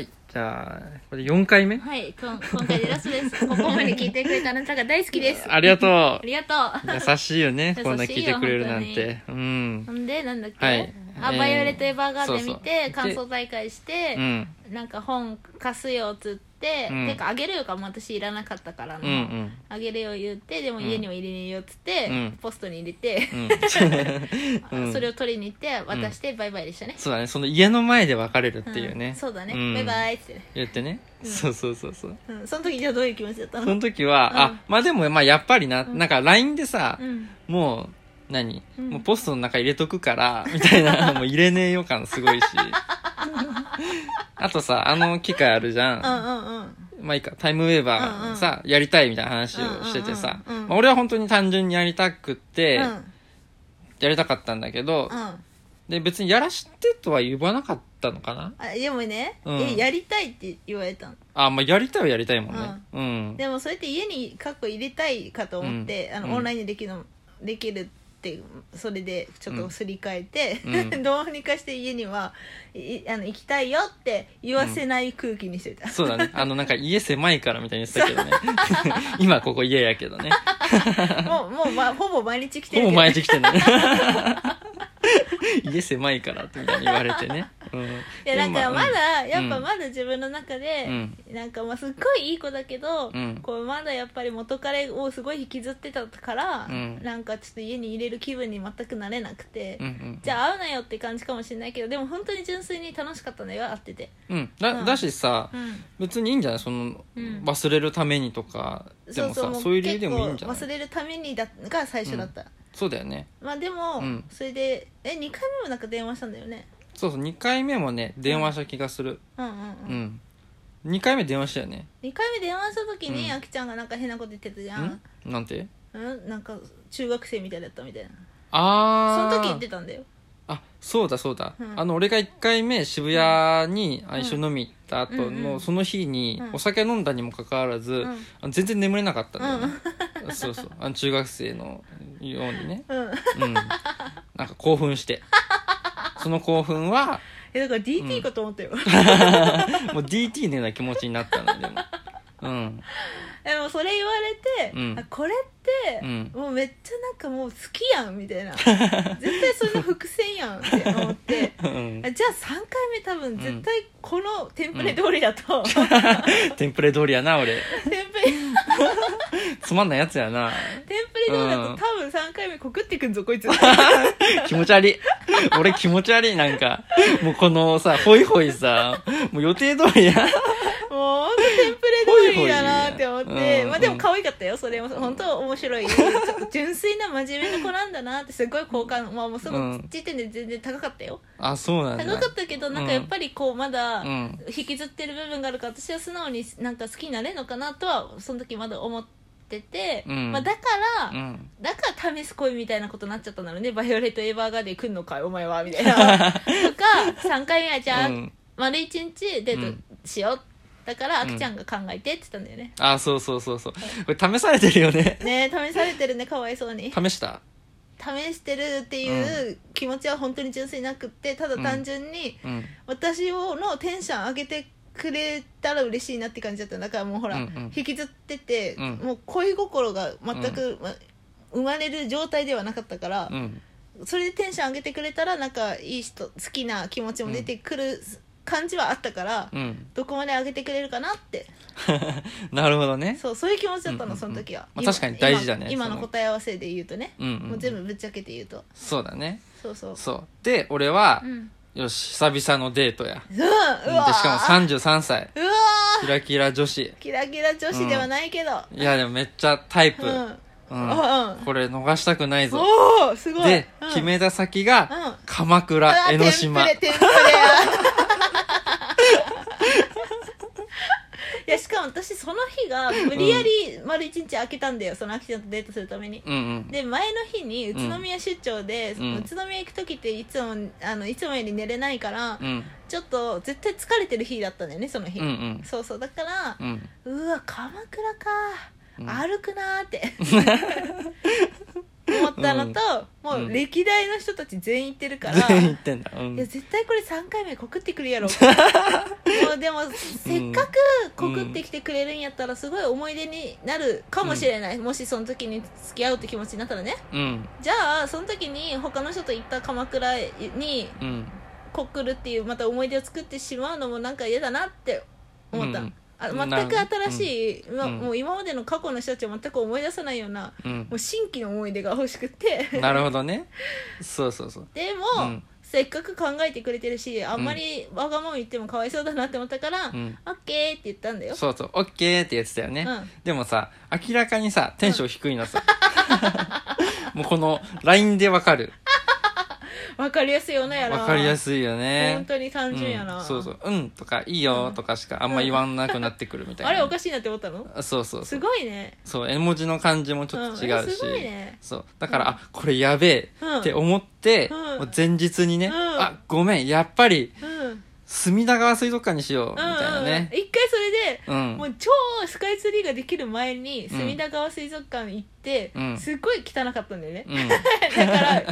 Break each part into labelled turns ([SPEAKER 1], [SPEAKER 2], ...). [SPEAKER 1] じゃあ、これ4回目
[SPEAKER 2] はい、こん今回でラスト です。ここまで聞いてくれたあなたが大好きです。
[SPEAKER 1] ありがと
[SPEAKER 2] あ
[SPEAKER 1] う
[SPEAKER 2] りがと
[SPEAKER 1] 優しいよね、
[SPEAKER 2] 優しいよ
[SPEAKER 1] こんな聞いてくれるなんて。うん
[SPEAKER 2] う。。んで、なんだっけ、
[SPEAKER 1] はい
[SPEAKER 2] あ、
[SPEAKER 1] えー
[SPEAKER 2] バイオレット・エヴァーガーデン見
[SPEAKER 1] そうそ
[SPEAKER 2] て、
[SPEAKER 1] う
[SPEAKER 2] 感想大会して
[SPEAKER 1] う、ん。
[SPEAKER 2] なんか本貸すよっつって、
[SPEAKER 1] うん
[SPEAKER 2] てかあげるよかも私いらなかったから
[SPEAKER 1] う
[SPEAKER 2] の、
[SPEAKER 1] んうん。
[SPEAKER 2] あげるよ言ってでも家には入れねえよっつって、
[SPEAKER 1] うん
[SPEAKER 2] ポストに入れて、
[SPEAKER 1] うんうん
[SPEAKER 2] それを取りに行って渡してバイバイでしたね、
[SPEAKER 1] そうだね、その家の前で別れるっていうね。
[SPEAKER 2] んそうだね、
[SPEAKER 1] ん
[SPEAKER 2] バイバイっつってね、
[SPEAKER 1] 言ってね。そうそうそうそう。
[SPEAKER 2] うん、その時じゃあどういう気持ちだった
[SPEAKER 1] そ
[SPEAKER 2] の
[SPEAKER 1] の時は、
[SPEAKER 2] うん
[SPEAKER 1] あ、まあでも、まあやっぱりな、なんか LINE でさ
[SPEAKER 2] う、ん
[SPEAKER 1] もう、何、
[SPEAKER 2] うん
[SPEAKER 1] もうポストの中入れとくから、みたいな のも入れねえよ感すごいし。あとさ、あの機械あるじゃん。
[SPEAKER 2] うんうんうん
[SPEAKER 1] まあいいか、タイムウェーバーさ、やりたいみたいな話をしててさ、
[SPEAKER 2] うんうんうんうん
[SPEAKER 1] まあ俺は本当に単純にやりたくって、
[SPEAKER 2] うん
[SPEAKER 1] やりたかったんだけど、
[SPEAKER 2] うん
[SPEAKER 1] で、別にやらしてとは言わなかったのかな
[SPEAKER 2] あでもね、
[SPEAKER 1] うん
[SPEAKER 2] えやりたいって言われたの
[SPEAKER 1] あ、まあやりたいはやりたいもんね。うん。
[SPEAKER 2] でもそれって家に過去入れたいかと思って、
[SPEAKER 1] うん
[SPEAKER 2] あ
[SPEAKER 1] うん
[SPEAKER 2] のオンラインでできるの、できるってそれでちょっとすり替えて、
[SPEAKER 1] うん
[SPEAKER 2] どうにかして家にはいあの行きたいよって言わせない空気にしてた、
[SPEAKER 1] そうだね。あの、なんか家狭いからみたいに言ってたけ どね。今ここ家やけどね。
[SPEAKER 2] もうもう、ま、ほぼ毎日来て
[SPEAKER 1] ほ
[SPEAKER 2] る
[SPEAKER 1] ぼ
[SPEAKER 2] けど
[SPEAKER 1] 毎日来て ね。家狭いからってみたいに言われてね。うん。
[SPEAKER 2] いやなん
[SPEAKER 1] で
[SPEAKER 2] か
[SPEAKER 1] も
[SPEAKER 2] ま
[SPEAKER 1] あ
[SPEAKER 2] だ、や
[SPEAKER 1] うん
[SPEAKER 2] っぱまだ自分の中で、
[SPEAKER 1] うん
[SPEAKER 2] なんかまあすっごいいい子だけど、
[SPEAKER 1] うん
[SPEAKER 2] こうまだやっぱり元彼をすごい引きずってたから、
[SPEAKER 1] うん
[SPEAKER 2] なんかちょっと家に入れる気分に全くなれなくて、
[SPEAKER 1] うんうん
[SPEAKER 2] じゃあ会うなよって感じかもしれないけどでも本当に純粋に楽しかったんだよ会ってて、
[SPEAKER 1] うん。うん。だ、だしさ、
[SPEAKER 2] うん、
[SPEAKER 1] 別にいいんじゃないその、
[SPEAKER 2] うん
[SPEAKER 1] 忘れるためにとか。でもさ、
[SPEAKER 2] も
[SPEAKER 1] そういう理由でもいいんじゃない
[SPEAKER 2] 結構忘れるためにだが最初だった、
[SPEAKER 1] そうだよね。
[SPEAKER 2] まあでも、
[SPEAKER 1] うん
[SPEAKER 2] それでえ2回目もなんか電話したんだよね
[SPEAKER 1] そうそう、2回目もね、電話した気がする。
[SPEAKER 2] うんうんうん、
[SPEAKER 1] うん。2回目電話したよね。
[SPEAKER 2] 2回目電話した時に、
[SPEAKER 1] うん
[SPEAKER 2] あきちゃんがなんか変なこと言ってたじゃん
[SPEAKER 1] んなんて
[SPEAKER 2] うんなんか中学生みたいだったみたいなそ
[SPEAKER 1] あ
[SPEAKER 2] の
[SPEAKER 1] ー。
[SPEAKER 2] 時言ってたんだよ
[SPEAKER 1] あそうだそうだ、
[SPEAKER 2] うん
[SPEAKER 1] あの俺が1回目渋谷にあ一緒に飲み行った後
[SPEAKER 2] うんうんう
[SPEAKER 1] の
[SPEAKER 2] ん
[SPEAKER 1] その日に
[SPEAKER 2] うん
[SPEAKER 1] お酒飲んだにもかかわらず、
[SPEAKER 2] ん
[SPEAKER 1] あの全然眠れなかったんだよね、そうそうあの中学生のようにね、
[SPEAKER 2] うん
[SPEAKER 1] う
[SPEAKER 2] い
[SPEAKER 1] ん、なんか興奮してその興奮は
[SPEAKER 2] やだから DT かと思ったよ、
[SPEAKER 1] もう DT のような気持ちになったんだよでもうん
[SPEAKER 2] でもそれ言われて、
[SPEAKER 1] うん
[SPEAKER 2] あこれって、
[SPEAKER 1] うん
[SPEAKER 2] もうめっちゃなんかもう好きやんみたい な絶対それ伏線やんって思って
[SPEAKER 1] うん
[SPEAKER 2] あじゃあ3回目多分絶対このテンプレ通りだと、 テン
[SPEAKER 1] テンプレ通りやな俺
[SPEAKER 2] プレテン
[SPEAKER 1] つまんないやつやな
[SPEAKER 2] プレ通り
[SPEAKER 1] う
[SPEAKER 2] だ
[SPEAKER 1] ん
[SPEAKER 2] と多分3回目告ってくんぞこ いつ
[SPEAKER 1] 気持ち悪い。 俺気持ち悪い、なんか。もうこのさ、ホイホイさ、もう予定通りや。
[SPEAKER 2] もう本当テンプレ通りだなって思って
[SPEAKER 1] ほいほいうん
[SPEAKER 2] まあでも可愛かったよそれも本当面白いちょっと純粋な真面目な子なんだなってすごい好感まあもうその時点で全然高かったよ、
[SPEAKER 1] あ、そうなんだ。
[SPEAKER 2] 高かったけどなんかやっぱりこうまだ
[SPEAKER 1] うん
[SPEAKER 2] 引きずってる部分があるから私は素直になんか好きになれるのかなとはその時まだ思ってて、
[SPEAKER 1] うん
[SPEAKER 2] まあ、だから、
[SPEAKER 1] うん。
[SPEAKER 2] だから試す恋みたいなことになっちゃったんだろうね「バイオレット・エヴァーガーデン来んのかいお前は」みたい なとか3回目はじゃあ、
[SPEAKER 1] うん
[SPEAKER 2] 丸一日デートしよう、だからあきちゃんが考えてって言ったんだよね、
[SPEAKER 1] あ、そうそうそうそう。これ試されてるよね。
[SPEAKER 2] ねえ試されてるねかわいそうに
[SPEAKER 1] 試した
[SPEAKER 2] 試してるっていう気持ちは本当に純粋なくってただ単純に、
[SPEAKER 1] うん。
[SPEAKER 2] 私をのテンション上げてくれたら嬉しいなって感じだっただからもうほら、
[SPEAKER 1] うんうん
[SPEAKER 2] 引きずってて、
[SPEAKER 1] うん
[SPEAKER 2] もう恋心が全く、ま生まれる状態ではなかったから
[SPEAKER 1] う、ん。
[SPEAKER 2] それでテンション上げてくれたらなんかいい人好きな気持ちも出てくる感じはあったから、
[SPEAKER 1] うん。
[SPEAKER 2] どこまで上げてくれるかなって
[SPEAKER 1] なるほどね。
[SPEAKER 2] そうそういう気持ちだっ
[SPEAKER 1] う
[SPEAKER 2] たの、
[SPEAKER 1] んうんうん
[SPEAKER 2] その時は、
[SPEAKER 1] まあ確かに大事だね
[SPEAKER 2] 今今
[SPEAKER 1] そ
[SPEAKER 2] の
[SPEAKER 1] の
[SPEAKER 2] 答え合わせで言うとね、
[SPEAKER 1] うんうんうん
[SPEAKER 2] もう全部ぶっちゃけて言うと
[SPEAKER 1] そうだね。
[SPEAKER 2] そうそう
[SPEAKER 1] そう。で、俺は
[SPEAKER 2] う、ん
[SPEAKER 1] よし、久々のデートや。
[SPEAKER 2] うんうわ
[SPEAKER 1] うんで、しかも
[SPEAKER 2] ー
[SPEAKER 1] 33歳。
[SPEAKER 2] うわ
[SPEAKER 1] キラキラ女子
[SPEAKER 2] ー。キラキラ女子ではないけど、
[SPEAKER 1] いや、でもめっちゃタイプ。
[SPEAKER 2] うん
[SPEAKER 1] うん。
[SPEAKER 2] うん
[SPEAKER 1] これ逃したくないぞ。
[SPEAKER 2] おおすごい
[SPEAKER 1] で
[SPEAKER 2] うん、
[SPEAKER 1] 決めた先
[SPEAKER 2] うん
[SPEAKER 1] が、鎌
[SPEAKER 2] う
[SPEAKER 1] 倉、
[SPEAKER 2] わ
[SPEAKER 1] 江ノ島。
[SPEAKER 2] テンプレテンプレやいやしかも私その日が無理やり丸一日空けたんだよ、そのアキちゃんとデートするために
[SPEAKER 1] うんうん。
[SPEAKER 2] で前の日に宇都宮出張で、
[SPEAKER 1] うん
[SPEAKER 2] 宇都宮行く時っていつもあのいつもより寝れないから、
[SPEAKER 1] うん。
[SPEAKER 2] ちょっと絶対疲れてる日だったんだよねその日、
[SPEAKER 1] うんうん。
[SPEAKER 2] そうそうだから
[SPEAKER 1] う、ん。
[SPEAKER 2] うわ鎌倉か、
[SPEAKER 1] うん
[SPEAKER 2] 歩くなーって思ったのと、
[SPEAKER 1] ん
[SPEAKER 2] もう歴代の人たち全員行ってるから、
[SPEAKER 1] 全員言
[SPEAKER 2] い
[SPEAKER 1] ってんだうん
[SPEAKER 2] や絶対これ3回目告ってく るやろもうでもせっかく告ってきてくれるんやったらすごい思い出になるかもしれない、もしその時に付き合うって気持ちになったらね
[SPEAKER 1] うん
[SPEAKER 2] じゃあその時に他の人と行った鎌倉に
[SPEAKER 1] うん
[SPEAKER 2] 告るっていうまた思い出を作ってしまうのもなんか嫌だなって思ったの、
[SPEAKER 1] うん
[SPEAKER 2] あ
[SPEAKER 1] な
[SPEAKER 2] 全く新しい、ま
[SPEAKER 1] うん
[SPEAKER 2] もう今までの過去の人たちを全く思い出さないような
[SPEAKER 1] うん
[SPEAKER 2] もう新規の思い出が欲しくて
[SPEAKER 1] なるほどねそうそうそう
[SPEAKER 2] でも、
[SPEAKER 1] うん
[SPEAKER 2] せっかく考えてくれてるしあんまりわがまま言ってもかわいそうだなって思ったから、
[SPEAKER 1] うん
[SPEAKER 2] オッケーって言ったんだよ
[SPEAKER 1] そうそうオッケーってやってたよね、
[SPEAKER 2] うん
[SPEAKER 1] でもさ明らかにさテンション低いのさ、もうこの LINE でわかる
[SPEAKER 2] わかりやすいよなやな
[SPEAKER 1] わかりや
[SPEAKER 2] い
[SPEAKER 1] すいよ
[SPEAKER 2] 本
[SPEAKER 1] ね
[SPEAKER 2] 当に単純やな、
[SPEAKER 1] うん、そうそう「うん」とか「いいよ」とかしかあんま言わなくなってくるみたいな
[SPEAKER 2] あれおかしいなって思ったの
[SPEAKER 1] そうそうそ
[SPEAKER 2] す
[SPEAKER 1] う
[SPEAKER 2] ごいね
[SPEAKER 1] そう絵文字の感じもちょっと違うし、
[SPEAKER 2] うんすごいね
[SPEAKER 1] そうだから、あこれやべ
[SPEAKER 2] うん
[SPEAKER 1] えって思って、
[SPEAKER 2] うん
[SPEAKER 1] もう前日にね、
[SPEAKER 2] うん
[SPEAKER 1] あごめんやっぱり
[SPEAKER 2] うん
[SPEAKER 1] 隅田川水族館にしようみ
[SPEAKER 2] うんうん
[SPEAKER 1] たいな
[SPEAKER 2] うん
[SPEAKER 1] ね
[SPEAKER 2] 一回それで、
[SPEAKER 1] うん
[SPEAKER 2] もう超スカイツリーができる前に
[SPEAKER 1] うん
[SPEAKER 2] 隅田川水族館行って、
[SPEAKER 1] うん
[SPEAKER 2] すっごい汚かったんだ よね、
[SPEAKER 1] うん
[SPEAKER 2] だからえ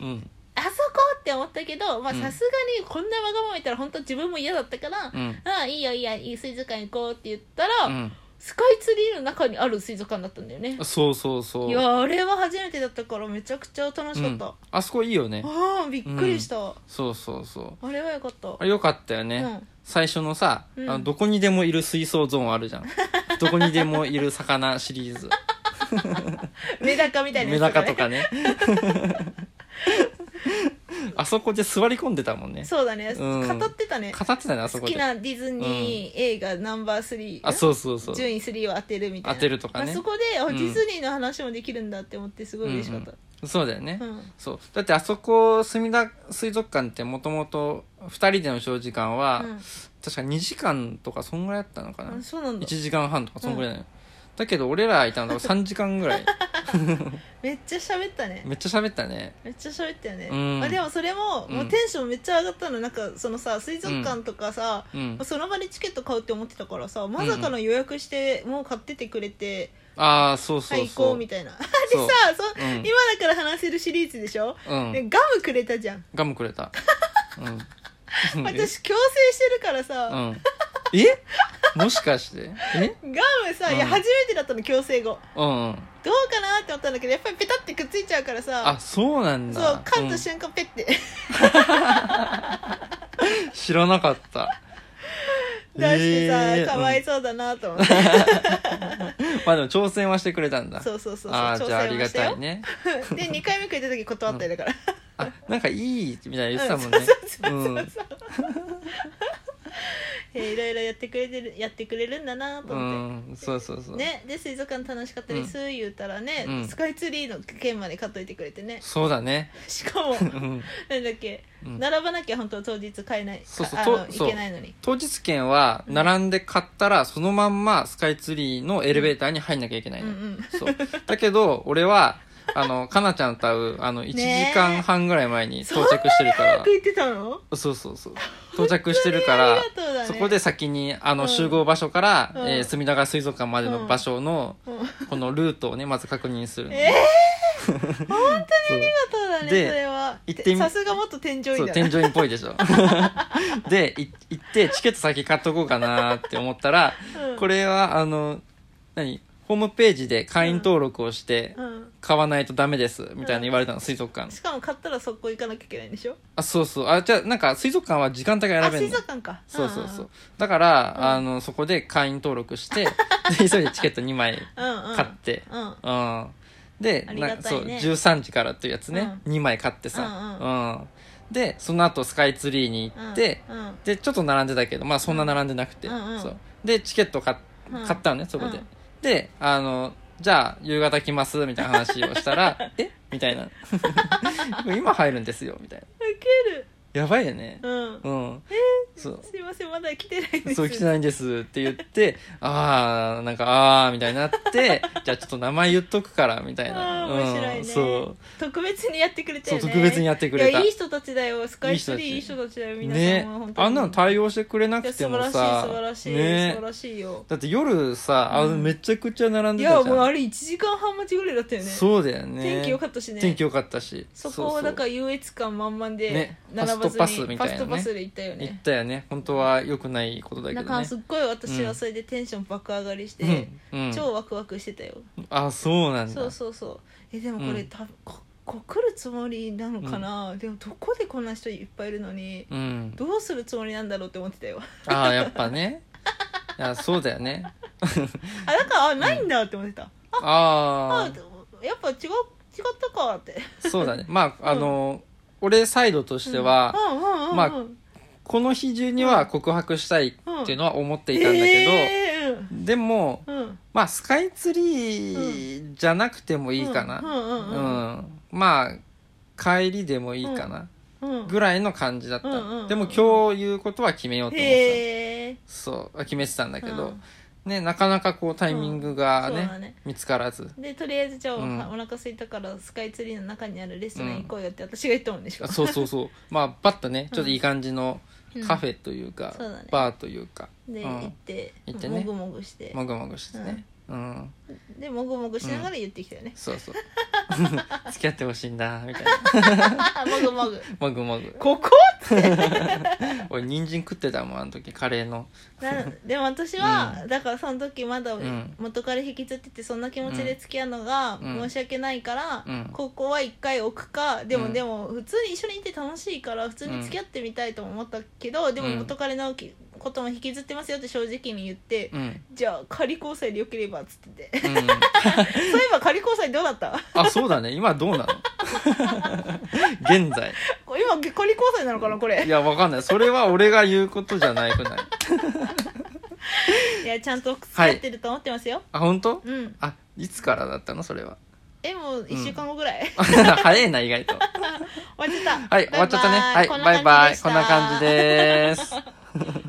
[SPEAKER 1] うん
[SPEAKER 2] あそこって思ったけどまあ
[SPEAKER 1] うん
[SPEAKER 2] さすがにこんなわがまま言ったら本当自分も嫌だったから「
[SPEAKER 1] うん
[SPEAKER 2] ああいいよいいよいい水族館行こう」って言ったら、
[SPEAKER 1] うん
[SPEAKER 2] スカイツリーの中にある水族館だったんだよね
[SPEAKER 1] そうそうそう
[SPEAKER 2] いやあれは初めてだったからめちゃくちゃ楽しかった、
[SPEAKER 1] うん、あそこいいよね
[SPEAKER 2] ああびっくりした、
[SPEAKER 1] そうそうそう
[SPEAKER 2] あれはよかった
[SPEAKER 1] あれよかったよね、
[SPEAKER 2] うん
[SPEAKER 1] 最初のさ、
[SPEAKER 2] うん
[SPEAKER 1] あのどこにでもいる水槽ゾーンある じゃんどこにでもいる魚シリーズ
[SPEAKER 2] メダカみたいな
[SPEAKER 1] メ
[SPEAKER 2] やつだ
[SPEAKER 1] ダ
[SPEAKER 2] ね
[SPEAKER 1] カとかね あそこで座り込んでたもんね
[SPEAKER 2] そうだね、
[SPEAKER 1] うん
[SPEAKER 2] 語ってたね
[SPEAKER 1] 語ってたねあそ
[SPEAKER 2] 好
[SPEAKER 1] こで
[SPEAKER 2] きなディズニー映画ナンバー3、
[SPEAKER 1] あそうそうそう
[SPEAKER 2] 順位3を当てるみたいな
[SPEAKER 1] 当てるとかね
[SPEAKER 2] あそこで、あ
[SPEAKER 1] うん
[SPEAKER 2] ディズニーの話もできるんだって思ってすごい嬉しかった、
[SPEAKER 1] そうだよね、
[SPEAKER 2] うん
[SPEAKER 1] そうだってあそこ墨田水族館ってもともと2人での小時間は、
[SPEAKER 2] うん
[SPEAKER 1] 確か2時間とかそんぐらいだったのかな
[SPEAKER 2] あそうなんだ
[SPEAKER 1] 1時間半とかそんぐらいだよ、だけど俺らいたのだから3時間ぐらい
[SPEAKER 2] めっちゃ喋ったね
[SPEAKER 1] めっちゃ喋ったね
[SPEAKER 2] めっちゃ喋ったよね、
[SPEAKER 1] うん
[SPEAKER 2] まあ、でもそれも,、
[SPEAKER 1] うん
[SPEAKER 2] もうテンションめっちゃ上がったのなんかそのさ水族館とかさ、
[SPEAKER 1] うん
[SPEAKER 2] その場でチケット買うって思ってたからさまさかの予約して、もう買っててくれて
[SPEAKER 1] ああそう
[SPEAKER 2] は
[SPEAKER 1] そう
[SPEAKER 2] い
[SPEAKER 1] そう
[SPEAKER 2] 行こうみたいな でさ
[SPEAKER 1] そうう
[SPEAKER 2] そ、
[SPEAKER 1] ん
[SPEAKER 2] 今だから話せるシリーズでしょ、
[SPEAKER 1] うん
[SPEAKER 2] でガムくれたじゃん
[SPEAKER 1] ガムくれ たうん
[SPEAKER 2] 私強制してるから
[SPEAKER 1] う
[SPEAKER 2] さ、
[SPEAKER 1] んえもしかしてえ
[SPEAKER 2] ガムさ、いうや
[SPEAKER 1] ん
[SPEAKER 2] 初めてだったの強制後
[SPEAKER 1] うんうん
[SPEAKER 2] どうかなって思ったんだけどやっぱりペタってくっついちゃうからさ
[SPEAKER 1] あそうなん
[SPEAKER 2] そ
[SPEAKER 1] だ
[SPEAKER 2] う噛ん
[SPEAKER 1] う
[SPEAKER 2] だ
[SPEAKER 1] ん
[SPEAKER 2] 瞬間ペッて、
[SPEAKER 1] 知らなか った
[SPEAKER 2] 出してさ、
[SPEAKER 1] えー
[SPEAKER 2] かわいそうだなと思って、
[SPEAKER 1] うんまあでも挑戦はしてくれたんだ
[SPEAKER 2] そうそうそうそう
[SPEAKER 1] ああ
[SPEAKER 2] 挑
[SPEAKER 1] じゃああ
[SPEAKER 2] 戦
[SPEAKER 1] り
[SPEAKER 2] は
[SPEAKER 1] が
[SPEAKER 2] したたよ
[SPEAKER 1] いね
[SPEAKER 2] で2回目くれた時断ったよだから、
[SPEAKER 1] あなんかいいみたいな言ってたもん
[SPEAKER 2] うん
[SPEAKER 1] ね
[SPEAKER 2] そうそう
[SPEAKER 1] う
[SPEAKER 2] そうんそういやいろいろやってくれてるやってくれるんだなと
[SPEAKER 1] う
[SPEAKER 2] 思って、
[SPEAKER 1] んそうそうそう
[SPEAKER 2] ね、で水族館楽しかったです言うたらね、
[SPEAKER 1] うん
[SPEAKER 2] スカイツリーの券まで買っといてくれてね
[SPEAKER 1] そうだね
[SPEAKER 2] しか も
[SPEAKER 1] うん
[SPEAKER 2] なんだっけ、
[SPEAKER 1] うん
[SPEAKER 2] 並ばなきゃ本当は当日買えない
[SPEAKER 1] そうそう
[SPEAKER 2] ああ
[SPEAKER 1] と
[SPEAKER 2] の
[SPEAKER 1] そう
[SPEAKER 2] いけないのに
[SPEAKER 1] 当日券は並んで買ったらそのまんまスカイツリーのエレベーターに入んなきゃいけないの、
[SPEAKER 2] うんうん
[SPEAKER 1] そうだけど俺はあのかなちゃんと会うあの1時間半ぐらい前に到着してるから
[SPEAKER 2] 早く行ってたの
[SPEAKER 1] そうそうそう到着してるか
[SPEAKER 2] あ
[SPEAKER 1] ら
[SPEAKER 2] りがとうだね
[SPEAKER 1] そこで先にあ
[SPEAKER 2] うん
[SPEAKER 1] の集合場所から、
[SPEAKER 2] うん
[SPEAKER 1] えー隅田川水族館までの場所の、
[SPEAKER 2] うんあ
[SPEAKER 1] このルートをねまず確認するの、
[SPEAKER 2] え
[SPEAKER 1] 本当に
[SPEAKER 2] りがとうだねそ
[SPEAKER 1] で
[SPEAKER 2] れは
[SPEAKER 1] 行ってみ
[SPEAKER 2] さすが元添乗
[SPEAKER 1] そ
[SPEAKER 2] 員
[SPEAKER 1] う
[SPEAKER 2] だ
[SPEAKER 1] 添
[SPEAKER 2] な
[SPEAKER 1] 乗員っぽいでし ょでい行ってチケット先買っとこうかなって思ったら、
[SPEAKER 2] うん
[SPEAKER 1] これはあの何ホームページで会員登録をして、
[SPEAKER 2] うん
[SPEAKER 1] 買わないとダメですみたいに言われたの水族館
[SPEAKER 2] しかも買ったらそこ行かなきゃいけないんでしょ
[SPEAKER 1] あそうそうあじゃあなんか水族館は時間帯が
[SPEAKER 2] あ
[SPEAKER 1] 選べる
[SPEAKER 2] 水
[SPEAKER 1] の
[SPEAKER 2] 族館か
[SPEAKER 1] そうそうそううだから、あのそこで会員登録して で急いでチケット2枚
[SPEAKER 2] んうん
[SPEAKER 1] 買って
[SPEAKER 2] うんうん
[SPEAKER 1] うん、で
[SPEAKER 2] ありがたいね
[SPEAKER 1] なそう13時からっていうやつね、2枚買ってさ、
[SPEAKER 2] う
[SPEAKER 1] うんでその後スカイツリーに行って、
[SPEAKER 2] うんうん
[SPEAKER 1] でちょっと並んでたけどまあそんな並んでなくて、
[SPEAKER 2] うんうん
[SPEAKER 1] そうでチケット買っ
[SPEAKER 2] うん
[SPEAKER 1] 買ったのねそこで、
[SPEAKER 2] うん
[SPEAKER 1] であのじゃあ夕方来ますみたいな 話をしたら「えみたいな「今入るんですよ」みたいな
[SPEAKER 2] ウケる
[SPEAKER 1] 「やばいよね
[SPEAKER 2] うん
[SPEAKER 1] うんそう
[SPEAKER 2] すいませんまだ来てないです
[SPEAKER 1] そう来てないんですって言って、ああ、なんか、ああ、みたいになって、 じゃあちょっと名前言っとくから、みたいな。
[SPEAKER 2] あー面白いね
[SPEAKER 1] うん、そう。
[SPEAKER 2] 特別にやってくれた
[SPEAKER 1] そ
[SPEAKER 2] よ
[SPEAKER 1] う、
[SPEAKER 2] ね
[SPEAKER 1] 特別にやってくれ
[SPEAKER 2] い
[SPEAKER 1] た。
[SPEAKER 2] やいい人たちだよスカイツリーい
[SPEAKER 1] い
[SPEAKER 2] い
[SPEAKER 1] い
[SPEAKER 2] 人
[SPEAKER 1] 人
[SPEAKER 2] たちだよ皆さん
[SPEAKER 1] ね
[SPEAKER 2] は本。当に
[SPEAKER 1] あんなの対応してくれない
[SPEAKER 2] や
[SPEAKER 1] くて
[SPEAKER 2] 素晴
[SPEAKER 1] も
[SPEAKER 2] らしい素
[SPEAKER 1] さ。
[SPEAKER 2] 晴らしい、素
[SPEAKER 1] ね
[SPEAKER 2] 晴。らしいよ
[SPEAKER 1] だって夜さ、あの
[SPEAKER 2] うん
[SPEAKER 1] めちゃくちゃ並ん
[SPEAKER 2] い
[SPEAKER 1] で
[SPEAKER 2] や
[SPEAKER 1] たじゃ。
[SPEAKER 2] もうんあれ1時間半待ちぐらいだったよね
[SPEAKER 1] そうだよね。
[SPEAKER 2] 天気良かったしね
[SPEAKER 1] 天気良かったし。
[SPEAKER 2] そこはだからら優越感満々で
[SPEAKER 1] ね
[SPEAKER 2] 並ば
[SPEAKER 1] ファス
[SPEAKER 2] ずに、
[SPEAKER 1] トパスみたいなね
[SPEAKER 2] ファストパスで行ったよ
[SPEAKER 1] 行っ
[SPEAKER 2] ね
[SPEAKER 1] たよね。本当は良くないことだけ
[SPEAKER 2] だか
[SPEAKER 1] ど
[SPEAKER 2] ら
[SPEAKER 1] ね
[SPEAKER 2] す。っごい私はそれでテンション爆上がりして、
[SPEAKER 1] うん。うん、
[SPEAKER 2] 超ワクワクしてたよ、
[SPEAKER 1] あ、そうなんだ。
[SPEAKER 2] そうそうそうえでもこれ、
[SPEAKER 1] うん
[SPEAKER 2] たここ来るつもりなのかな、でもどこでこんな人いっぱいいるのに
[SPEAKER 1] うん。
[SPEAKER 2] どうするつもりなんだろうって思ってたよ
[SPEAKER 1] ああ、やっぱね。いや、そうだよね。
[SPEAKER 2] あだからあないんだって思ってた、あ
[SPEAKER 1] あ
[SPEAKER 2] やっぱ違う違ったかって
[SPEAKER 1] あ、そうだね。まあ、あの、俺サイドとしては、
[SPEAKER 2] うんうんうんうん
[SPEAKER 1] まあこの日中には告白したいっていうのは思っていたんだけ
[SPEAKER 2] えー
[SPEAKER 1] ど、でも、
[SPEAKER 2] うんうん
[SPEAKER 1] まあ、スカイツリーじゃなくてもいいかな。
[SPEAKER 2] うんう
[SPEAKER 1] うんん。まあ、帰りでもいいかな。
[SPEAKER 2] うん
[SPEAKER 1] ぐらいの感じだっ
[SPEAKER 2] うんうんう
[SPEAKER 1] た。
[SPEAKER 2] ん
[SPEAKER 1] でも今日言うことは決めようと思って
[SPEAKER 2] へえ
[SPEAKER 1] た。そう、決めてたんだけ
[SPEAKER 2] う
[SPEAKER 1] ど
[SPEAKER 2] ん、
[SPEAKER 1] ね、なかなかこうタイミングが
[SPEAKER 2] うんそうだね
[SPEAKER 1] ね、見つからず。
[SPEAKER 2] でとりあえずじゃあ、
[SPEAKER 1] うん
[SPEAKER 2] お腹空いたからスカイツリーの中にあるレストラン行こうよって私が言ったもんでしょ
[SPEAKER 1] あ、そうそう そう。まあ、バッとね、ちょっといい感じの
[SPEAKER 2] うん
[SPEAKER 1] カフェというか、
[SPEAKER 2] そうだね
[SPEAKER 1] バーというか、
[SPEAKER 2] で、
[SPEAKER 1] うん
[SPEAKER 2] 行って
[SPEAKER 1] 行ってね
[SPEAKER 2] もぐもぐして
[SPEAKER 1] もぐもぐしてね。うん。
[SPEAKER 2] でもぐもぐしながら言ってきたよね、
[SPEAKER 1] そう そう。付き合ってほしいんだ、みたい な。
[SPEAKER 2] もぐもぐ
[SPEAKER 1] もぐもぐ。
[SPEAKER 2] ここ
[SPEAKER 1] 俺、人参食ってたもん、あの時、カレーの。
[SPEAKER 2] なでも私は、だからその時まだ
[SPEAKER 1] ん
[SPEAKER 2] 元から引きずっててそんな気持ちで付き合うのが
[SPEAKER 1] うん
[SPEAKER 2] 申し訳ないから、
[SPEAKER 1] うん
[SPEAKER 2] ここは一回置くかでも、
[SPEAKER 1] うん
[SPEAKER 2] でも普通に一緒にいて楽しいから普通に付き合ってみたいとも思ったけど、でも
[SPEAKER 1] うん
[SPEAKER 2] 元彼のことも引きずってますよって正直に言って、
[SPEAKER 1] うん。
[SPEAKER 2] じゃあ仮交際でよければっつって て
[SPEAKER 1] うん。
[SPEAKER 2] そういえば仮交際どうだった
[SPEAKER 1] あ、そうだね。今どうなの現在。
[SPEAKER 2] 今仮交際なのかなこれ
[SPEAKER 1] いや、わかんない。それは俺が言うことじゃないくない。
[SPEAKER 2] いやちゃんと付き合ってると思ってますよ、
[SPEAKER 1] あ、本当？
[SPEAKER 2] うん
[SPEAKER 1] あ、いつからだったのそれは。
[SPEAKER 2] えもう1週間後ぐらい、終
[SPEAKER 1] あ早いな、意外と。
[SPEAKER 2] わっちゃった
[SPEAKER 1] はい、終わっちゃったね。はい、
[SPEAKER 2] こんな
[SPEAKER 1] バイ
[SPEAKER 2] 感じ
[SPEAKER 1] バ
[SPEAKER 2] で
[SPEAKER 1] イ。
[SPEAKER 2] した
[SPEAKER 1] こんな感じです。